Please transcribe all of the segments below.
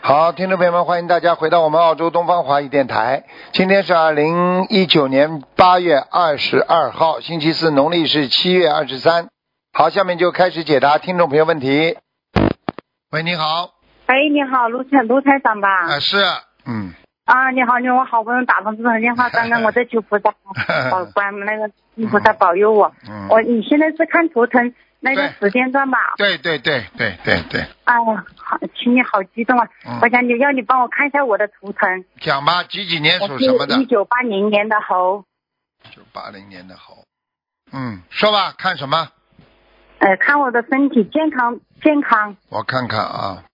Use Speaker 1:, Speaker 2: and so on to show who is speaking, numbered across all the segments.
Speaker 1: 好，听众朋友们，欢迎大家回到我们澳洲东方华语电台。今天是二零一九年八月二十二号，星期四，农历是七月二十三。好，下面就开始解答听众朋友问题。喂，你好，
Speaker 2: 哎，你好，卢台卢台长吧？
Speaker 1: 啊、是，嗯，
Speaker 2: 啊，你好，你好我好不容易打通这通电话，刚刚我在求菩萨保关那个嗯菩萨保佑我。
Speaker 1: 嗯
Speaker 2: 我你现在是看图腾那个
Speaker 1: 对
Speaker 2: 时间段吧？
Speaker 1: 对对对对对对，
Speaker 2: 哎呀，好，请你好激动啊！
Speaker 1: 嗯
Speaker 2: 我想你要你帮我看一下我的图腾，
Speaker 1: 讲吧，几几年
Speaker 2: 我
Speaker 1: 属什么的
Speaker 2: 是一？九八零年的猴，
Speaker 1: 九八零年的猴。嗯，说吧，看什么？
Speaker 2: 呃，看我的身体健康健康
Speaker 1: 我看看啊，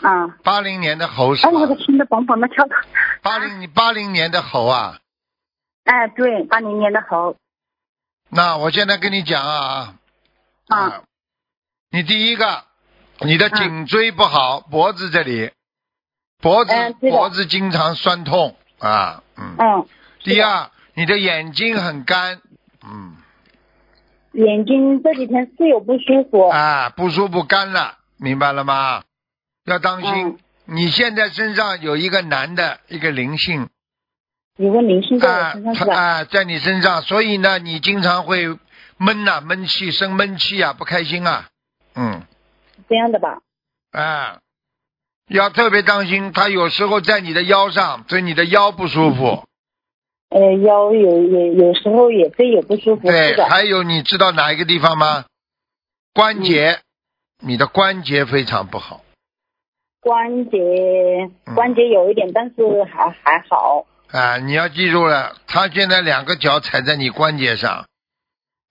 Speaker 2: 啊！
Speaker 1: 八零年的猴是
Speaker 2: 哎，我的
Speaker 1: 吧？
Speaker 2: 心都蹦蹦的跳的。
Speaker 1: 八零八零年的猴啊。
Speaker 2: 哎，对，八零年的猴，
Speaker 1: 那我现在跟你讲啊，
Speaker 2: 啊
Speaker 1: 啊，你第一个，你的颈椎不好，脖子这里，脖子、
Speaker 2: 啊嗯对的
Speaker 1: 脖子经常酸痛啊，嗯。
Speaker 2: 嗯，是的
Speaker 1: 第二，你的眼睛很干，嗯，
Speaker 2: 眼睛这几天是有不舒服，
Speaker 1: 啊，不舒服，干了，明白了吗？要当心
Speaker 2: 嗯，
Speaker 1: 你现在身上有一个男的，一个灵性
Speaker 2: 你问灵性在我
Speaker 1: 啊
Speaker 2: 身上是
Speaker 1: 他
Speaker 2: 吧？
Speaker 1: 啊，在你身上，所以呢，你经常会闷呐、闷气，生闷气啊，不开心啊，嗯。
Speaker 2: 这样的吧？
Speaker 1: 啊，要特别当心，它有时候在你的腰上，所以你的腰不舒服。
Speaker 2: 呃，腰有有有时候也会有不舒服，是
Speaker 1: 对，
Speaker 2: 的，
Speaker 1: 还有你知道哪一个地方吗？关
Speaker 2: 嗯
Speaker 1: 节，你的关节非常不好。
Speaker 2: 关节
Speaker 1: 嗯
Speaker 2: 关节有一点，但是还还好。
Speaker 1: 啊，你要记住了，他现在两个脚踩在你关节上，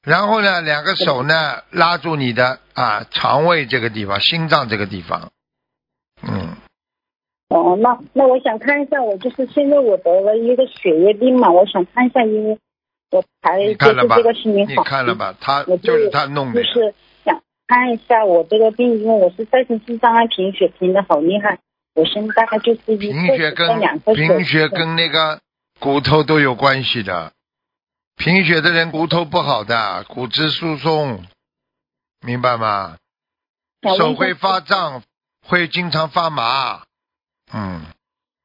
Speaker 1: 然后呢，两个手呢拉住你的啊肠胃这个地方、心脏这个地方，嗯，
Speaker 2: 哦，那那我想看一下，我就是现在我得了一个血液病嘛，我想看一下，因为我才
Speaker 1: 你
Speaker 2: 就
Speaker 1: 看了
Speaker 2: 是
Speaker 1: 吧
Speaker 2: 这个心情
Speaker 1: 你
Speaker 2: 好，
Speaker 1: 看了吧？他
Speaker 2: 嗯我
Speaker 1: 就是他弄的
Speaker 2: 就，是想看一下我这个病，因为我是赛性障碍贫血，贫的好厉害，我现在大概就是一
Speaker 1: 贫血
Speaker 2: 个血
Speaker 1: 跟
Speaker 2: 两个
Speaker 1: 贫血跟那个骨头都有关系的。贫血的人骨头不好的，骨质疏松，明白吗？手会发。胀，会经常发麻。嗯，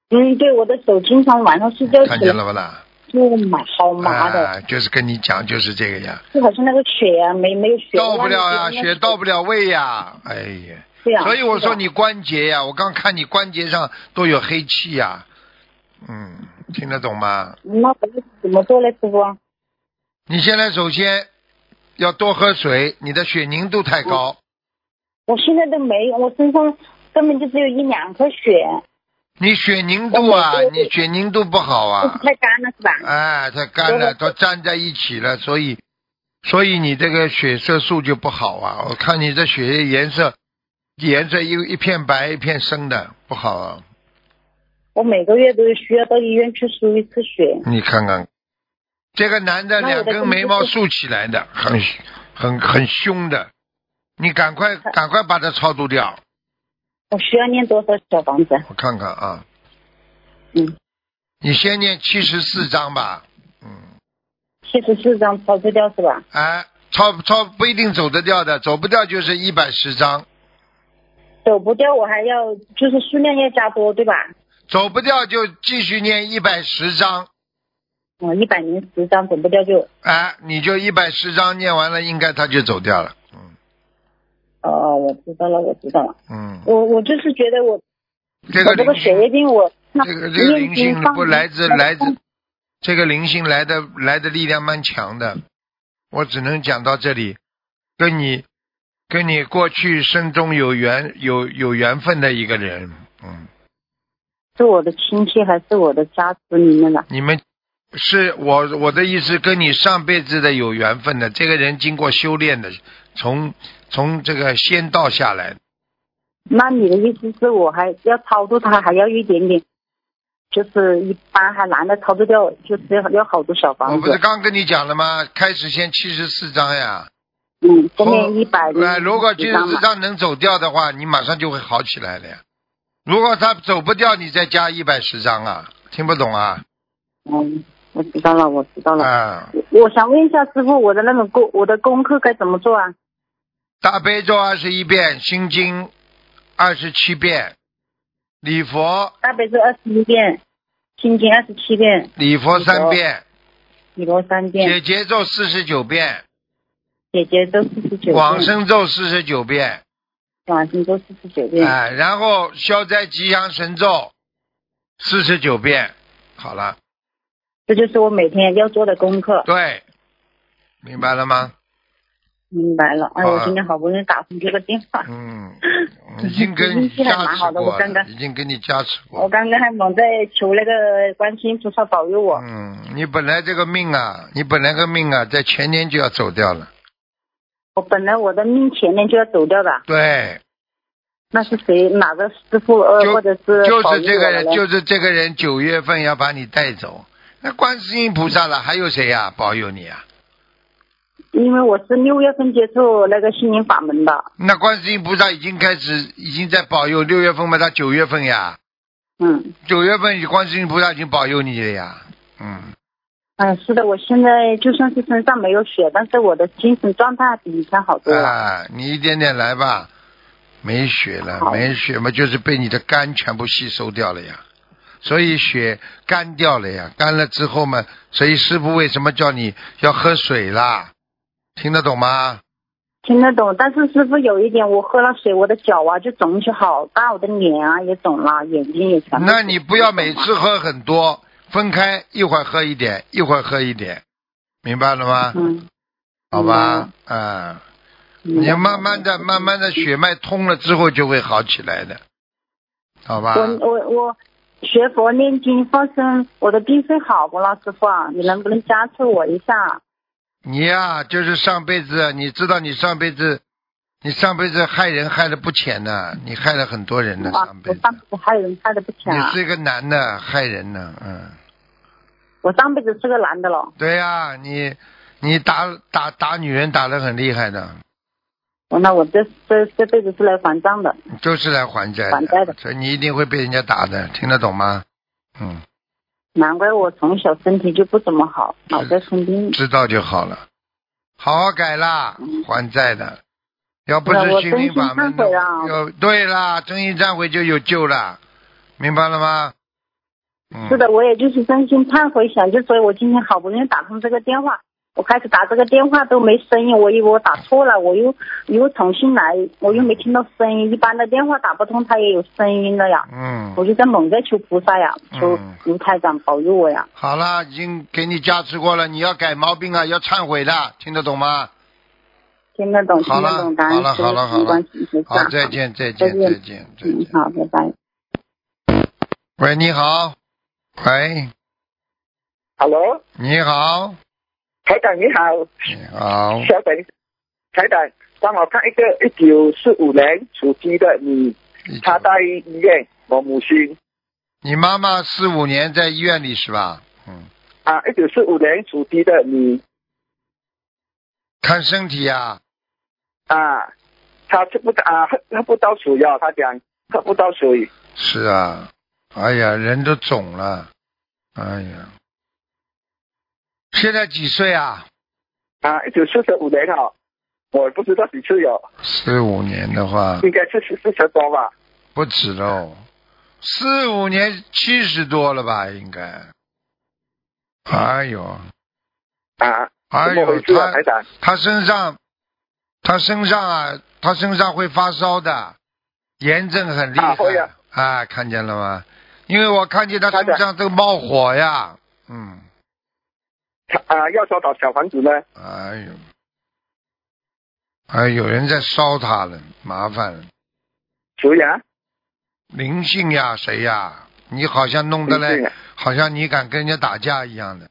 Speaker 2: 嗯，对，我的手经常晚上睡觉
Speaker 1: 看
Speaker 2: 起
Speaker 1: 见
Speaker 2: 来
Speaker 1: 了不啦？
Speaker 2: 就麻好麻的。
Speaker 1: 啊，就是跟你讲，就是这个呀，
Speaker 2: 就好像那个血呀、没没有血
Speaker 1: 到不了呀，
Speaker 2: 啊，
Speaker 1: 血到不了胃呀，哎呀。
Speaker 2: 对呀、
Speaker 1: 所以我说
Speaker 2: 是的
Speaker 1: 你关节呀、我刚看你关节上都有黑气呀、嗯，听得懂吗？
Speaker 2: 那我怎么做呢，师傅？
Speaker 1: 你现在首先要多喝水，你的血凝度太高，
Speaker 2: 我现在都没有，我身上根本就只有一两颗血，
Speaker 1: 啊你血凝度啊
Speaker 2: 我每，天
Speaker 1: 你血凝度不好
Speaker 2: 就是
Speaker 1: 啊，
Speaker 2: 太干了，是吧？
Speaker 1: 哎，太干了，都粘在一起了，所以，所以你这个血色素就不好啊。我看你这血液颜色，颜色一一片白一片深的，不好啊。
Speaker 2: 我每个月都需要到医院去输一次血。
Speaker 1: 你看看，这个男的
Speaker 2: 那我
Speaker 1: 两
Speaker 2: 的
Speaker 1: 根
Speaker 2: 工资
Speaker 1: 眉毛
Speaker 2: 是
Speaker 1: 竖起来的，很很很凶的，你赶快赶快把它超度掉。
Speaker 2: 我需要念多少小房子？
Speaker 1: 我看看啊，
Speaker 2: 嗯，
Speaker 1: 你先念七十四章吧，
Speaker 2: 七十四张超度掉是吧？
Speaker 1: 哎，超超不一定走得掉的，走不掉就是一百十章，
Speaker 2: 走不掉我还要就是数量要加多对吧？
Speaker 1: 走不掉就继续念一百十章，
Speaker 2: 嗯，一百零十张走不掉就
Speaker 1: 哎，你就一百十章念完了，应该他就走掉了，嗯
Speaker 2: 哦，我知道了，我知道了。
Speaker 1: 嗯，
Speaker 2: 我我就是觉得我
Speaker 1: 这个
Speaker 2: 我这个
Speaker 1: 灵
Speaker 2: 血
Speaker 1: 性，
Speaker 2: 液病我那
Speaker 1: 这个这个灵性不来自来自
Speaker 2: 放
Speaker 1: 这个灵性来的来的力量蛮强的，我只能讲到这里，跟你跟你过去生中有缘有有缘分的一个人，嗯。
Speaker 2: 是我的亲戚还是我的家族里面的？
Speaker 1: 你们是我我的意思，跟你上辈子的有缘分的，这个人经过修炼的，从从这个仙道下来，
Speaker 2: 那你的意思是我还要超度他，还要一点点，就是一般还难的超度掉，就是要要好多小
Speaker 1: 我
Speaker 2: 房
Speaker 1: 不是
Speaker 2: 子，
Speaker 1: 刚跟你讲了吗？开始先七十四章呀，
Speaker 2: 嗯，后
Speaker 1: 后
Speaker 2: 面一百零
Speaker 1: 哎，如果七
Speaker 2: 几
Speaker 1: 十
Speaker 2: 张
Speaker 1: 四
Speaker 2: 嘛，
Speaker 1: 章能走掉的话，你马上就会好起来的呀。如果他走不掉，你再加一百十章啊，听不懂啊？
Speaker 2: 嗯，我知道了，我知道了。
Speaker 1: 啊，
Speaker 2: 我我想问一下师傅，我的那种功，我的功课该怎么做啊？
Speaker 1: 大悲咒二十一遍，心经二十七遍，礼佛，
Speaker 2: 大悲咒二十一遍，心经二十七遍，
Speaker 1: 礼佛
Speaker 2: 礼
Speaker 1: 三
Speaker 2: 佛
Speaker 1: 遍，
Speaker 2: 礼佛三遍，
Speaker 1: 解结咒四十九遍，
Speaker 2: 姐姐咒四十九遍，
Speaker 1: 往生咒四十九遍，
Speaker 2: 往生咒四十九遍，
Speaker 1: 哎，然后消灾吉祥神咒四十九遍，好了，
Speaker 2: 这就是我每天要做的功课。
Speaker 1: 对，明白了吗
Speaker 2: 明白了，哎，
Speaker 1: 好
Speaker 2: 我
Speaker 1: 啊
Speaker 2: 今天好不容易打通这个电话，
Speaker 1: 嗯，已经跟你
Speaker 2: 运气还
Speaker 1: 加
Speaker 2: 蛮
Speaker 1: 持
Speaker 2: 好的我
Speaker 1: 过
Speaker 2: 刚
Speaker 1: 了，
Speaker 2: 刚
Speaker 1: 已经跟你加持过
Speaker 2: 我
Speaker 1: 了。
Speaker 2: 刚刚还忙在求那个观世音菩萨保佑我，
Speaker 1: 嗯，你本来这个命啊，你本来个命啊，在前年就要走掉了。
Speaker 2: 我本来我的命前年就要走掉的，
Speaker 1: 对，
Speaker 2: 那是谁哪个师傅呃
Speaker 1: 就
Speaker 2: 或者是
Speaker 1: 就
Speaker 2: 保
Speaker 1: 是
Speaker 2: 佑
Speaker 1: 这
Speaker 2: 我
Speaker 1: 个
Speaker 2: 了
Speaker 1: 人，
Speaker 2: 嘞
Speaker 1: 就是这个人九月份要把你带走。那观世音菩萨了，还有谁呀、保佑你啊？
Speaker 2: 因为我是六月份接触那个心灵法门的，
Speaker 1: 那观世音菩萨已经开始，已经在保佑六月份嘛，到九月份呀，
Speaker 2: 嗯，
Speaker 1: 九月份观世音菩萨已经保佑你了呀。嗯，
Speaker 2: 哎，是的，我现在就算是身上没有血，但是我的精神状态比以前好多了。
Speaker 1: 啊，你一点点来吧，没血了，
Speaker 2: 好
Speaker 1: 没血嘛，就是被你的肝全部吸收掉了呀，所以血干掉了呀，干了之后嘛，所以师傅为什么叫你要喝水啦？听得懂吗？
Speaker 2: 听得懂，但是师傅有一点，我喝了水，我的脚啊就肿起好大，我的脸啊也肿了，眼睛也全部。
Speaker 1: 那你不要每次喝很多，分开一会儿喝一点，一会儿喝一点，明白了吗？
Speaker 2: 嗯，
Speaker 1: 好吧，嗯。
Speaker 2: 嗯
Speaker 1: 你慢慢的、慢慢的血脉通了之后就会好起来的，好吧？
Speaker 2: 我我我学佛念经放生，我的病会好不啦，师傅啊？你能不能加持我一下？
Speaker 1: 你呀、就是上辈子，你知道你上辈子，你上辈子害人害的不浅呢、你害了很多人呢、
Speaker 2: 啊
Speaker 1: 上，辈
Speaker 2: 我
Speaker 1: 子
Speaker 2: 上辈子害人害的不浅啊
Speaker 1: 你，是一个男的，害人呢、嗯，
Speaker 2: 我上辈子是个男的了，
Speaker 1: 对呀、你你打打打女人打的很厉害的，
Speaker 2: 我那我这这这辈子是来还账的。
Speaker 1: 就是来还债的，
Speaker 2: 还债的
Speaker 1: 所以你一定会被人家打的，听得懂吗？嗯，
Speaker 2: 难怪我从小身体就不怎么好，老在生病。
Speaker 1: 知道就好了，好好改啦，还债的。要不
Speaker 2: 嗯那
Speaker 1: 是
Speaker 2: 我
Speaker 1: 心
Speaker 2: 真
Speaker 1: 灵
Speaker 2: 心
Speaker 1: 法门
Speaker 2: 忏
Speaker 1: 的
Speaker 2: 悔啊，
Speaker 1: 有对啦，真心忏悔就有救了，明白了吗？嗯，
Speaker 2: 是，的，我也就是真心忏悔想，就所以我今天好不容易打通这个电话，我开始打这个电话都没声音，我以为我打错了，我又又重新来，我又没听到声音，一般的电话打不通，它也有声音的呀。
Speaker 1: 嗯，
Speaker 2: 我就在猛在求菩萨呀，求
Speaker 1: 嗯
Speaker 2: 卢台长保佑我呀。
Speaker 1: 好啦，已经给你加持过了，你要改毛病啊，要忏悔的，听得懂吗？
Speaker 2: 听得懂，
Speaker 1: 好
Speaker 2: 听
Speaker 1: 了
Speaker 2: 得懂，感
Speaker 1: 好
Speaker 2: 恩
Speaker 1: 了
Speaker 2: 师
Speaker 1: 好了好
Speaker 2: 傅，
Speaker 1: 了
Speaker 2: 关心菩
Speaker 1: 好
Speaker 2: 萨。，
Speaker 1: 再。见，再见，
Speaker 2: 嗯再见
Speaker 1: 再见，再
Speaker 2: 嗯
Speaker 1: 见。，
Speaker 2: 好，拜拜。
Speaker 1: 喂，你好，喂，
Speaker 3: Hello，
Speaker 1: 你好，
Speaker 3: 台长你好，
Speaker 1: 你好，
Speaker 3: 稍等，台长帮我看一个一九四五年属鸡的女，她在医院，我母亲
Speaker 1: 你妈妈四五年在医院里是吧？嗯，
Speaker 3: 啊，一九四五年属鸡的女
Speaker 1: 看身体呀、
Speaker 3: 啊，她吃不到啊，喝喝不到水药，她讲喝不到水
Speaker 1: 是啊，哎呀，人都肿了，哎呀，现在几岁啊？
Speaker 3: 啊，一九四五年哦，我不知道几岁哦，
Speaker 1: 四五年的话
Speaker 3: 应该是四四十多吧，
Speaker 1: 不止喽，四五年七十多了吧，应该。哎呦，
Speaker 3: 啊，
Speaker 1: 哎
Speaker 3: 怎么
Speaker 1: 呦，
Speaker 3: 回事啊，
Speaker 1: 他
Speaker 3: 台长
Speaker 1: 他身上，他身上啊，他身上会发烧的，炎症很厉害
Speaker 3: 啊会啊
Speaker 1: 啊看见了吗？因为我看见他
Speaker 3: 他的
Speaker 1: 身上都冒火呀，嗯，
Speaker 3: 她啊，要多少小房子呢？
Speaker 1: 哎呦，哎，有人在烧他了，麻烦了。
Speaker 3: 谁呀？
Speaker 1: 灵性呀，谁呀？你好像弄得
Speaker 3: 谁
Speaker 1: 嘞，
Speaker 3: 呀
Speaker 1: 好像你敢跟人家打架一样的。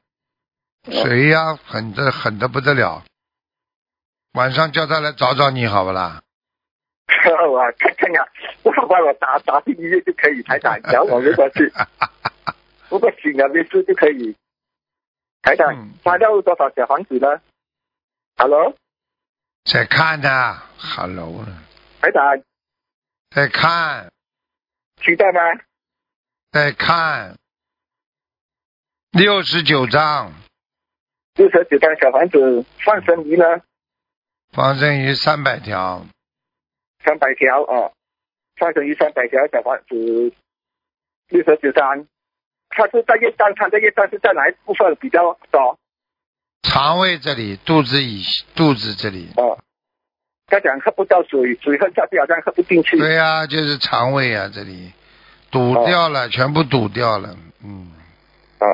Speaker 1: 谁呀？狠的狠的不得了。晚上叫他来找找你，好不啦？
Speaker 3: 我看看呀，我把我打打进医院就可以，台长，然后我如果是如果醒了没事就可以。台
Speaker 1: 嗯
Speaker 3: 长，花掉多少小房子呢？Hello，
Speaker 1: 在看呢，hello 呢，
Speaker 3: 台长，
Speaker 1: 在看，
Speaker 3: 听到吗？
Speaker 1: 在看。六十九章，
Speaker 3: 六十九张小房子，放生鱼呢？
Speaker 1: 方正宇三百条，
Speaker 3: 三百条哦，放生鱼三百条小房子，六十九张，它是在业障，它的业障是在哪一部分比较多？
Speaker 1: 肠胃这里，肚子以肚子这里，
Speaker 3: 哦，他讲喝不到水，水喝下去好像喝不进去。
Speaker 1: 对呀、就是肠胃啊，这里
Speaker 3: 哦
Speaker 1: 堵掉了，全部堵掉了，嗯，
Speaker 3: 啊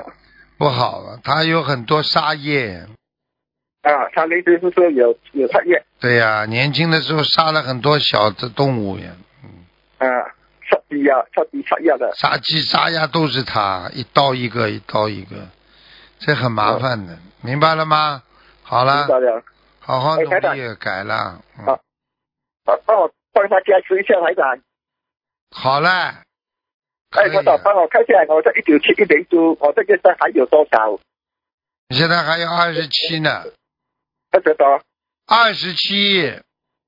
Speaker 1: 不好了，它有很多沙叶，
Speaker 3: 啊，他的意思是说有有他业
Speaker 1: 对呀、年轻的时候杀了很多小的动物呀，
Speaker 3: 啊，杀鸡呀，杀鸡杀鸭的，
Speaker 1: 杀鸡杀鸭都是它，一刀一个，一刀一个，这很
Speaker 3: 哦
Speaker 1: 麻烦的，明白了吗？好
Speaker 3: 知
Speaker 1: 了，
Speaker 3: 道了。
Speaker 1: 好好努
Speaker 3: 哎台长
Speaker 1: 力改了，嗯
Speaker 3: 好啊，帮我帮他加持一下台长，
Speaker 1: 好嘞，可
Speaker 3: 哎，
Speaker 1: 以啊
Speaker 3: 台长
Speaker 1: 了。
Speaker 3: 帮我看一下，我这一九七一年猪，我这个伤还有多少？
Speaker 1: 你现在还有二十七呢，
Speaker 3: 二十多，
Speaker 1: 二十七，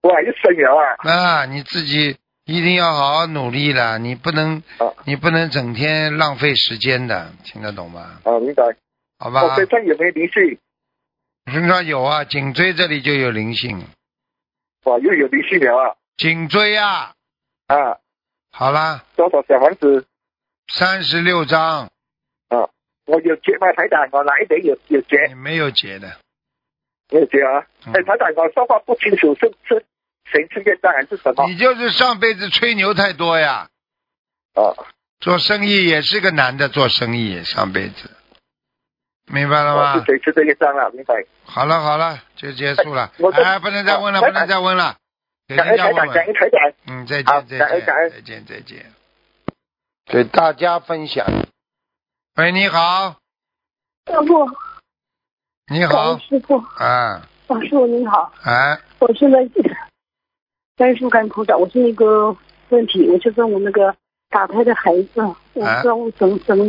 Speaker 3: 哇，一生了啊！
Speaker 1: 那你自己一定要好好努力了，你不能
Speaker 3: 啊
Speaker 1: 你不能整天浪费时间的，听得懂吗？
Speaker 3: 哦，明白。
Speaker 1: 好
Speaker 3: 我
Speaker 1: 吧，
Speaker 3: 身上有没有灵性？
Speaker 1: 身上有啊，颈椎这里就有灵性，
Speaker 3: 哇，又有灵性了啊！
Speaker 1: 颈椎啊，
Speaker 3: 啊，
Speaker 1: 好啦，
Speaker 3: 多少小房子？
Speaker 1: 三十六章，
Speaker 3: 我有结吗？台长，我哪一点有有结？
Speaker 1: 你没有结的，
Speaker 3: 没有结啊？
Speaker 1: 嗯
Speaker 3: 哎，台长，我说话不清楚，是是谁是业障还是什么？
Speaker 1: 你就是上辈子吹牛太多呀。
Speaker 3: 哦，
Speaker 1: 做生意也是个男的，做生意上辈子，明白了吗？
Speaker 3: 哦我是谁吃这业障了？明白？
Speaker 1: 好了好了，就结束了
Speaker 3: 我。这
Speaker 1: 哎，不能再问了，
Speaker 3: 我
Speaker 1: 不能再问了，给
Speaker 3: 感
Speaker 1: 人
Speaker 3: 恩
Speaker 1: 家
Speaker 3: 哎台
Speaker 1: 问
Speaker 3: 长，
Speaker 1: 问。
Speaker 3: 感恩台长。
Speaker 1: 嗯，再
Speaker 3: 好
Speaker 1: 见再
Speaker 3: 感恩
Speaker 1: 见
Speaker 3: 感恩
Speaker 1: 再见再见。给大家分享。喂，你好，
Speaker 2: 师傅，
Speaker 1: 你
Speaker 2: 感恩
Speaker 1: 好，
Speaker 2: 师傅，
Speaker 1: 啊
Speaker 2: 啊，师傅您好，
Speaker 1: 哎，
Speaker 2: 我现在 甘肃甘苦长，我是那个问题，我就问我那个打胎的孩子，我不
Speaker 1: 啊
Speaker 2: 知道我怎么怎么，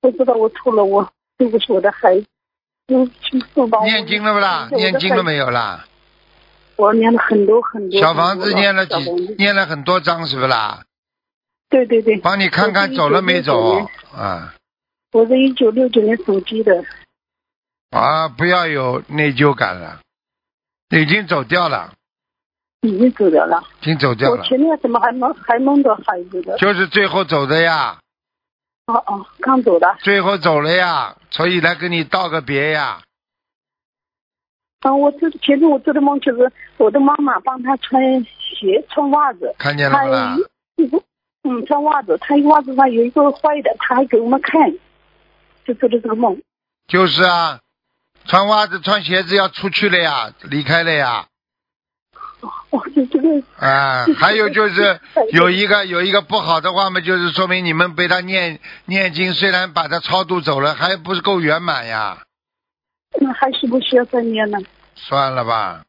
Speaker 2: 我知道我错了，我对不起我的孩子，嗯，请师傅帮我
Speaker 1: 念经了不啦？念经了？没有啦？
Speaker 2: 我念了很多很多。
Speaker 1: 小房子念了几
Speaker 2: 小房子？
Speaker 1: 念了很多章是不啦？
Speaker 2: 对对对，
Speaker 1: 帮你看看走了没走啊？
Speaker 2: 我是一九六九年属鸡的，
Speaker 1: 啊，不要有内疚感了，已经走掉了，
Speaker 2: 已经走掉了。
Speaker 1: 已经走掉
Speaker 2: 我
Speaker 1: 了，
Speaker 2: 前面怎么还梦还梦到孩子的？
Speaker 1: 就是最后走的呀。
Speaker 2: 哦哦，刚走的。
Speaker 1: 最后走了呀，所以来跟你道个别呀。
Speaker 2: 啊，我这前天我做的梦就是我的妈妈帮她穿鞋穿袜子，
Speaker 1: 看见了
Speaker 2: 她
Speaker 1: 不啦？
Speaker 2: 一个嗯穿袜子，她一个袜子上有一个坏的，她还给我们看，就做的这个梦。
Speaker 1: 就是啊，穿袜子、穿鞋子要出去了呀，离开了呀。
Speaker 2: 哇，这哦这个
Speaker 1: 啊，还有就是有一个有一个不好的话嘛，就是说明你们被他念念经，虽然把他超度走了，还不是够圆满呀。
Speaker 2: 那嗯还需不需要再念呢？
Speaker 1: 算了吧，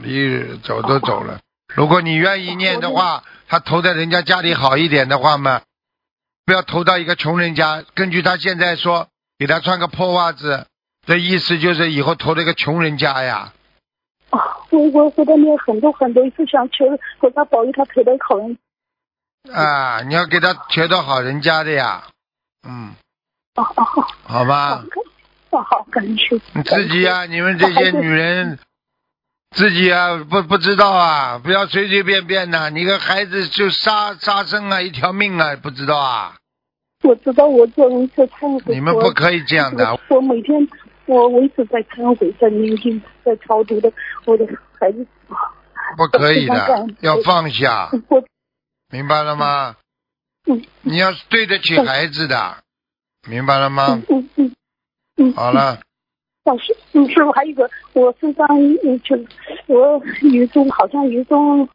Speaker 1: 离走都走了。如果你愿意念的话，他投在人家家里好一点的话嘛，不要投到一个穷人家。根据他现在说，给他穿个破袜子，这意思就是以后投了一个穷人家呀。
Speaker 2: 哦，我我给她念很多很多次，想求给她保佑她投到好人。
Speaker 1: 啊，你要给他学到好人家的呀。嗯，
Speaker 2: 哦哦哦，
Speaker 1: 好
Speaker 2: 好
Speaker 1: 吧，，
Speaker 2: 哦好，感恩师傅
Speaker 1: 啊你自己呀、你们这些女人。自己啊，不不知道啊，不要随随便便呐、你个孩子就杀杀生啊，一条命啊，不知道啊。
Speaker 2: 我知道我做人做忏悔，
Speaker 1: 你们
Speaker 2: 我
Speaker 1: 不可以这样的。
Speaker 2: 我每天我我一直在忏悔，在念经，在超度的我的孩子，
Speaker 1: 不可以
Speaker 2: 我知道
Speaker 1: 的，要放下，
Speaker 2: 我
Speaker 1: 明白了吗？
Speaker 2: 嗯
Speaker 1: 你要对得起孩子的，明白了吗
Speaker 2: 嗯？嗯嗯嗯，
Speaker 1: 好了，
Speaker 2: 老师，嗯，师傅还有一个，我身上嗯就是我呃有一种好像有一种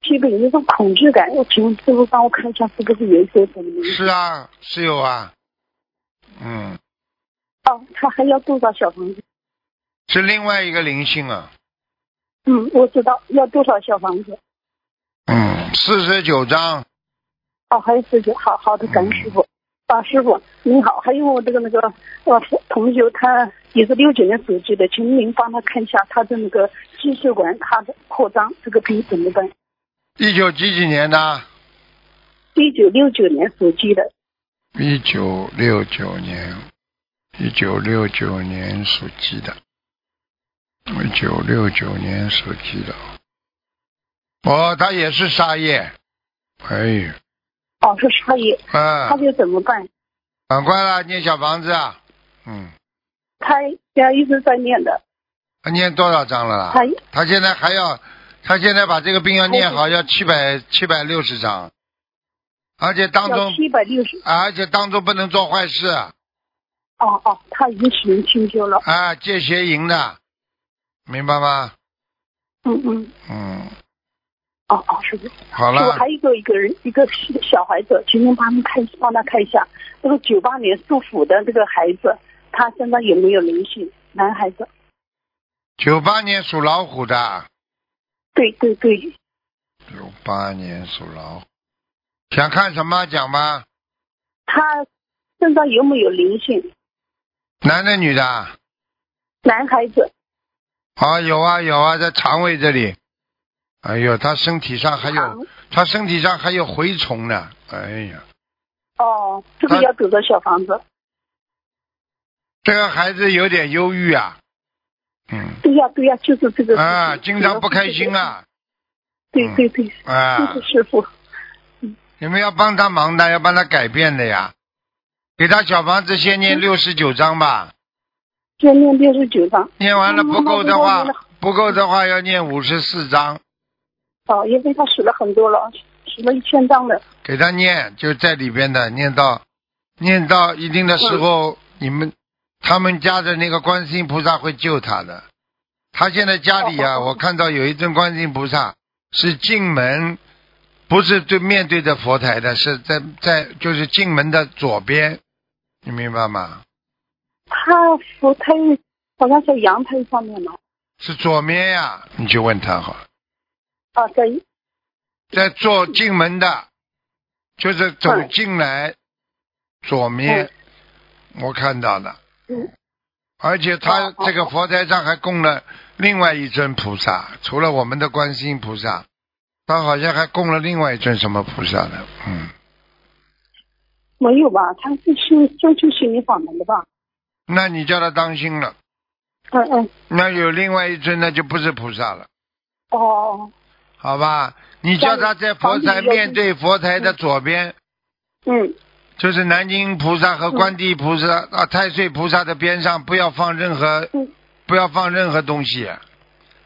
Speaker 2: 这个有一种恐惧感，我请师傅帮我看一下是不是有一些什么东西？
Speaker 1: 是啊，是有啊，嗯，
Speaker 2: 哦，他还要多少小房子？
Speaker 1: 是另外一个灵性啊，
Speaker 2: 嗯，我知道要多少小房子。
Speaker 1: 嗯，四十九章，
Speaker 2: 哦，还有自己，好好的，感恩师傅。啊，师傅您好，还有我这个那个呃同学，他呃也是六九年属鸡的，请您帮他看一下他的那个心血管他的扩张，这个病怎么办？
Speaker 1: 一九几几年的？
Speaker 2: 一九六九年属鸡的，
Speaker 1: 一九六九年，一九六九年属鸡的，一九六九年属鸡的。哦，他也是沙叶，哎呦，
Speaker 2: 哦，是鲨鱼，
Speaker 1: 嗯
Speaker 2: 他，就怎么办？
Speaker 1: 赶快啦，念小房子啊，嗯，
Speaker 2: 他他一直在念的，
Speaker 1: 他念多少章了啦？
Speaker 2: 他
Speaker 1: 他现在还要，他现在把这个病要念好，要七百七百六十章，而且当
Speaker 2: 要
Speaker 1: 中，
Speaker 2: 七百六十。
Speaker 1: 而且当中不能做坏事
Speaker 2: 哦哦，他已经行清修了。
Speaker 1: 啊，戒邪淫的，明白吗？
Speaker 2: 嗯嗯，
Speaker 1: 嗯，
Speaker 2: 哦哦，是的。
Speaker 1: 好
Speaker 2: 我
Speaker 1: 了
Speaker 2: 还，有一个一个人一个小孩子，请您帮他看帮他看一下，这个九八年属虎的这个孩子，他身上有没有灵性？男孩子，
Speaker 1: 九八年属老虎的，
Speaker 2: 对对对，
Speaker 1: 九八年属老虎，想看什么讲吧？
Speaker 2: 他身上有没有灵性？
Speaker 1: 男的女的啊？
Speaker 2: 男孩子，
Speaker 1: 啊，有啊有啊，在肠胃这里。哎呦，他身体上还有，
Speaker 2: 好
Speaker 1: 他身体上还有蛔虫呢。哎呀，
Speaker 2: 哦，这个
Speaker 1: 他
Speaker 2: 要走的小房子，
Speaker 1: 这个孩子有点忧郁啊。嗯
Speaker 2: 对呀对呀，就是这个事情
Speaker 1: 啊，经常不开心，啊
Speaker 2: 对对对，
Speaker 1: 啊
Speaker 2: 就是！师傅，
Speaker 1: 你们要帮他忙的，要帮他改变的呀。给他小房子先念六十九章吧，
Speaker 2: 先念六十九章，
Speaker 1: 念完了
Speaker 2: 嗯
Speaker 1: 不够的
Speaker 2: 好
Speaker 1: 话
Speaker 2: 的好的，
Speaker 1: 不够的话要念五十四章，
Speaker 2: 哦，因为他死了很多了，死了一千张了，
Speaker 1: 给他念，就在里边的念到，念到一定的时
Speaker 2: 嗯
Speaker 1: 候，你们他们家的那个观世音菩萨会救他的。他现在家里啊，
Speaker 2: 哦
Speaker 1: 我看到有一尊观世音菩萨是进门，不是对面对着佛台的，是在在就是进门的左边，你明白吗？
Speaker 2: 他佛胎好像在阳台上面嘛，
Speaker 1: 是左面呀、你去问他好了，
Speaker 2: 啊，在
Speaker 1: 在左进门的，就是走
Speaker 2: 嗯
Speaker 1: 进来、左面，我看到的。
Speaker 2: 嗯
Speaker 1: 而且他
Speaker 2: 哦哦
Speaker 1: 这个佛台上还供了另外一尊菩萨，除了我们的观世音菩萨，他好像还供了另外一尊什么菩萨呢？嗯，
Speaker 2: 没有吧？他是修专修心灵法门的吧？
Speaker 1: 那你叫他当心了。
Speaker 2: 嗯嗯，
Speaker 1: 那有另外一尊，那就不是菩萨了，
Speaker 2: 哦，
Speaker 1: 好吧？你叫他在佛
Speaker 2: 当
Speaker 1: 台
Speaker 2: 然当然
Speaker 1: 面对佛台的左边，
Speaker 2: 嗯，
Speaker 1: 就是南京菩萨和观地菩萨、啊太岁菩萨的边上，不要放任何
Speaker 2: 嗯，
Speaker 1: 不要放任何东西，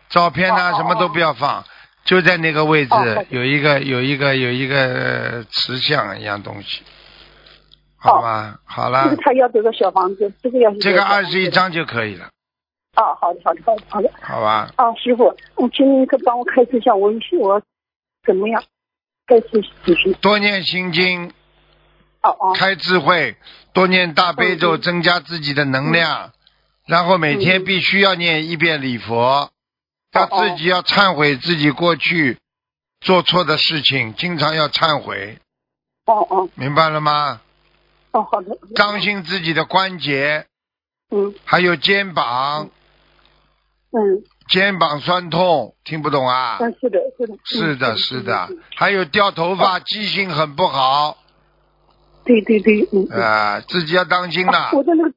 Speaker 1: 照片呐、
Speaker 2: 哦哦
Speaker 1: 什么都不要放，就在那个位置、
Speaker 2: 哦好
Speaker 1: 有一个有一个有一个呃瓷像一样东西，
Speaker 2: 哦
Speaker 1: 好吧，好
Speaker 2: 这
Speaker 1: 了
Speaker 2: 个，他要这个小房子，这个要是
Speaker 1: 啊这个二十一
Speaker 2: 张。
Speaker 1: 张就可以了，
Speaker 2: 哦，好的，好的，好的，好的。
Speaker 1: 好吧？
Speaker 2: 哦，师傅，嗯，请您可帮我开示一下，我我怎么样？该是几时？
Speaker 1: 多念心经，
Speaker 2: 哦哦，
Speaker 1: 开智慧，多念大悲咒，
Speaker 2: 嗯嗯
Speaker 1: 增加自己的能量，然后每天必须要念一遍礼
Speaker 2: 嗯
Speaker 1: 佛，他自己要忏悔自己过去做错的事情，经常要忏悔，
Speaker 2: 哦哦，
Speaker 1: 明白了吗？
Speaker 2: 哦，好的。
Speaker 1: 当心自己的关节，
Speaker 2: 嗯
Speaker 1: 还有肩膀，
Speaker 2: 嗯
Speaker 1: 肩膀酸痛，听不懂啊？
Speaker 2: 嗯，是的，是的。嗯
Speaker 1: 是的，是的
Speaker 2: 嗯嗯嗯，
Speaker 1: 还有掉头发，记性很不好，
Speaker 2: 对对对，嗯。嗯
Speaker 1: 呃，自己要当心了。
Speaker 2: 啊我的那个，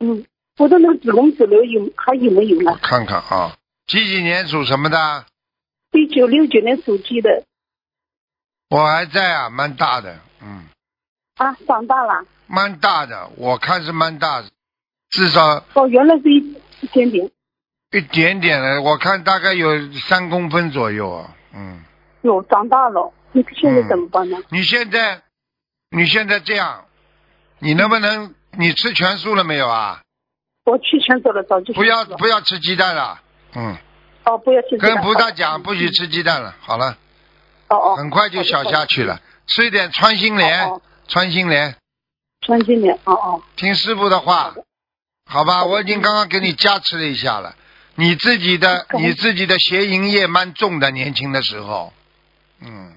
Speaker 2: 嗯，我的那个子宫颈瘤有还有没有
Speaker 1: 我
Speaker 2: 呢？
Speaker 1: 看看啊，几几年属什么的？
Speaker 2: 一九六九年属鸡的
Speaker 1: 我还在啊，蛮大的，嗯，
Speaker 2: 啊，长大了。
Speaker 1: 蛮大的，我看是蛮大的，至少
Speaker 2: 哦，原来是一一点点，
Speaker 1: 一点点的，我看大概有三公分左右啊，嗯，
Speaker 2: 有长大了。你现在
Speaker 1: 嗯
Speaker 2: 怎么办呢？
Speaker 1: 你现在，你现在这样，你能不能，你吃全素了没有啊？
Speaker 2: 我去全走了，早就
Speaker 1: 不要
Speaker 2: 去了
Speaker 1: 不要吃鸡蛋了，嗯，
Speaker 2: 哦，不要去
Speaker 1: 跟
Speaker 2: 这个
Speaker 1: 菩
Speaker 2: 好
Speaker 1: 萨
Speaker 2: 的
Speaker 1: 讲不许吃鸡蛋了，好了，
Speaker 2: 哦哦，
Speaker 1: 很快就小下去了，吃一点穿心莲
Speaker 2: 哦哦，
Speaker 1: 穿心莲，
Speaker 2: 穿金莲，哦哦，
Speaker 1: 听师傅的话，好吧，
Speaker 2: 好的
Speaker 1: 我已经刚刚给你加持了一下了。你自己的
Speaker 2: 感恩
Speaker 1: 你自己的邪淫业蛮重的，年轻的时候，嗯，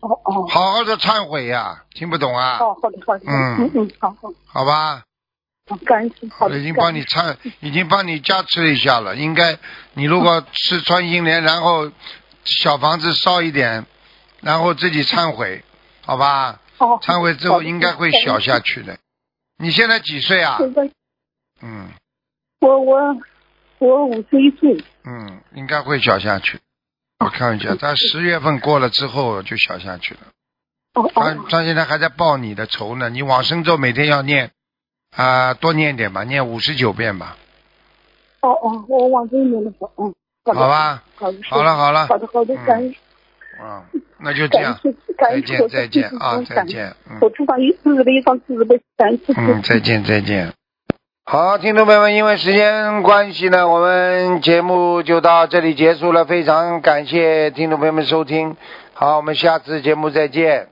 Speaker 2: 哦哦，
Speaker 1: 好好的忏悔呀、听不懂啊？
Speaker 2: 哦，好的好的，
Speaker 1: 嗯
Speaker 2: 嗯嗯，好好，
Speaker 1: 好吧，
Speaker 2: 好感恩师傅，好
Speaker 1: 我
Speaker 2: 的，
Speaker 1: 已经帮你忏，已经帮你加持了一下了。应该你如果吃穿心莲，然后小房子烧一点，然后自己忏悔，好吧？
Speaker 2: 感恩哦，
Speaker 1: 忏悔之后应该会小下
Speaker 2: 去。
Speaker 1: 去的。你现在几岁啊？
Speaker 2: 现在
Speaker 1: 嗯
Speaker 2: 我我我五十一岁，
Speaker 1: 嗯，应该
Speaker 2: 哦
Speaker 1: 会小下去。我看一下，他十月份过了之后就小下去了。
Speaker 2: 哦
Speaker 1: 他
Speaker 2: 哦，
Speaker 1: 他现在还在报你的仇呢。你往生咒每天要念啊、多念点吧，念五十九遍吧，
Speaker 2: 哦哦，我往这面的走，嗯，好
Speaker 1: 好，吧？
Speaker 2: 好的，
Speaker 1: 好了好了，
Speaker 2: 好的好的，
Speaker 1: 嗯
Speaker 2: 感恩
Speaker 1: 嗯，那就这
Speaker 2: 感
Speaker 1: 样，
Speaker 2: 谢
Speaker 1: 再
Speaker 2: 感恩
Speaker 1: 见再见啊，再
Speaker 2: 感恩
Speaker 1: 见，嗯。
Speaker 2: 我出访一四十的一方四十倍，感恩师父
Speaker 1: 嗯，再见再见。好，听众朋友们，因为时间关系呢，我们节目就到这里结束了。非常感谢听众朋友们收听，好，我们下次节目再见。